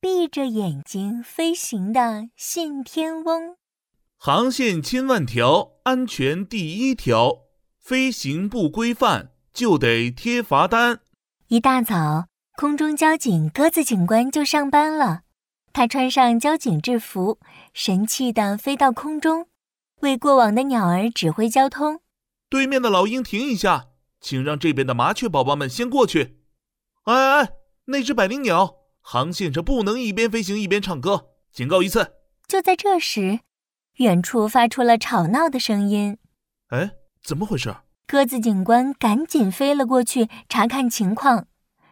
闭着眼睛飞行的信天翁。航线千万条，安全第一条。飞行不规范就得贴罚单。一大早，空中交警鸽子警官就上班了。他穿上交警制服，神气地飞到空中，为过往的鸟儿指挥交通。对面的老鹰停一下，请让这边的麻雀宝宝们先过去。哎哎，哎那只百灵鸟，航线上不能一边飞行一边唱歌，警告一次。就在这时，远处发出了吵闹的声音。哎，怎么回事？鸽子警官赶紧飞了过去查看情况，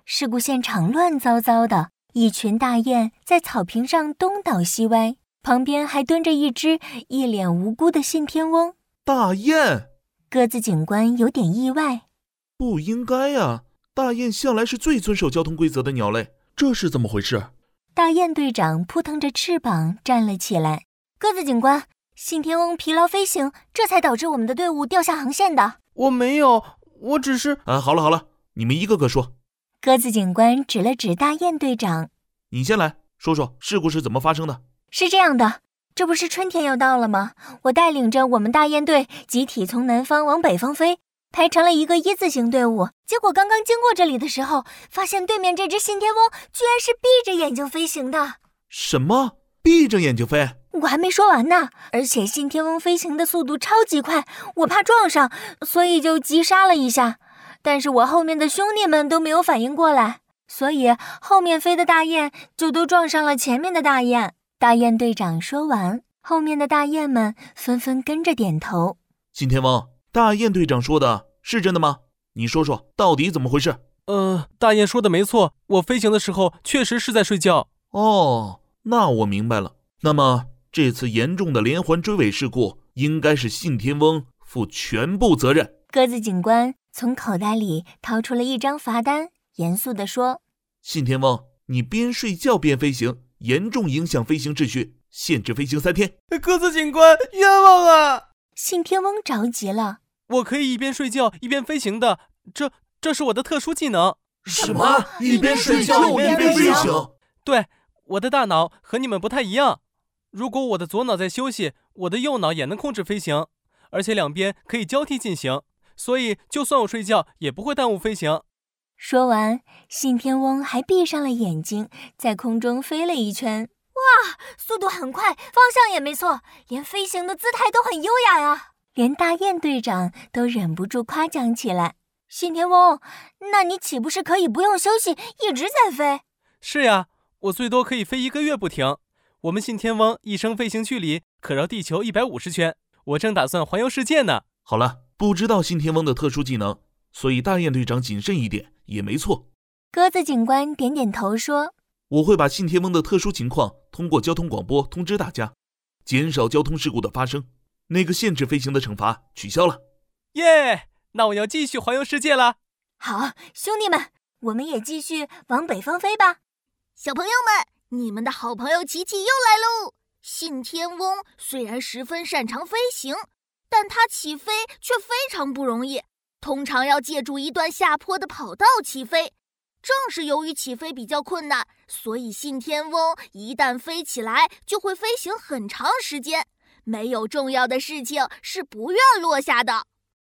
事故现场乱糟糟的，一群大雁在草坪上东倒西歪，旁边还蹲着一只一脸无辜的信天翁。大雁鸽子警官有点意外，不应该呀、大雁向来是最遵守交通规则的鸟类，这是怎么回事？大雁队长扑腾着翅膀站了起来。鸽子警官，信天翁疲劳飞行，这才导致我们的队伍掉下航线的。我没有，我只是啊，好了好了，你们一个个说，鸽子警官指了指大雁队长，你先来说说事故是怎么发生的。是这样的，这不是春天要到了吗？我带领着我们大雁队集体从南方往北方飞，排成了一个一字形队伍。结果刚刚经过这里的时候，发现对面这只信天翁居然是闭着眼睛飞行的。什么？闭着眼睛飞？我还没说完呢，而且信天翁飞行的速度超级快，我怕撞上，所以就急刹了一下。但是我后面的兄弟们都没有反应过来，所以后面飞的大雁就都撞上了前面的大雁。大雁队长说完，后面的大雁们纷纷跟着点头。信天翁，大雁队长说的是真的吗？你说说到底怎么回事？呃，大雁说的没错，我飞行的时候确实是在睡觉。哦，那我明白了。那么这次严重的连环追尾事故，应该是信天翁负全部责任。鸽子警官从口袋里掏出了一张罚单，严肃地说信天翁，你边睡觉边飞行，严重影响飞行秩序，限制飞行三天。哎鸽子警官，冤枉啊！：“信天翁着急了。”我可以一边睡觉一边飞行的，这这是我的特殊技能。什么一边睡觉一边飞行？对，我的大脑和你们不太一样。如果我的左脑在休息，我的右脑也能控制飞行，而且两边可以交替进行，所以就算我睡觉也不会耽误飞行。说完，信天翁还闭上了眼睛，在空中飞了一圈。哇，速度很快，方向也没错，连飞行的姿态都很优雅呀、连大雁队长都忍不住夸奖起来：“信天翁，那你岂不是可以不用休息，一直在飞？是呀，我最多可以飞一个月不停。我们信天翁一生飞行距离可绕地球一百五十圈，我正打算环游世界呢。好了，不知道信天翁的特殊技能，所以大雁队长谨慎一点也没错。鸽子警官点点头说我会把信天翁的特殊情况通过交通广播通知大家，减少交通事故的发生。那个限制飞行的惩罚取消了。耶、那我要继续环游世界啦！：“好，兄弟们，我们也继续往北方飞吧。”小朋友们，你们的好朋友琪琪又来喽！信天翁虽然十分擅长飞行，但它起飞却非常不容易，通常要借助一段下坡的跑道起飞。正是由于起飞比较困难，所以信天翁一旦飞起来就会飞行很长时间。没有重要的事情是不愿落下的。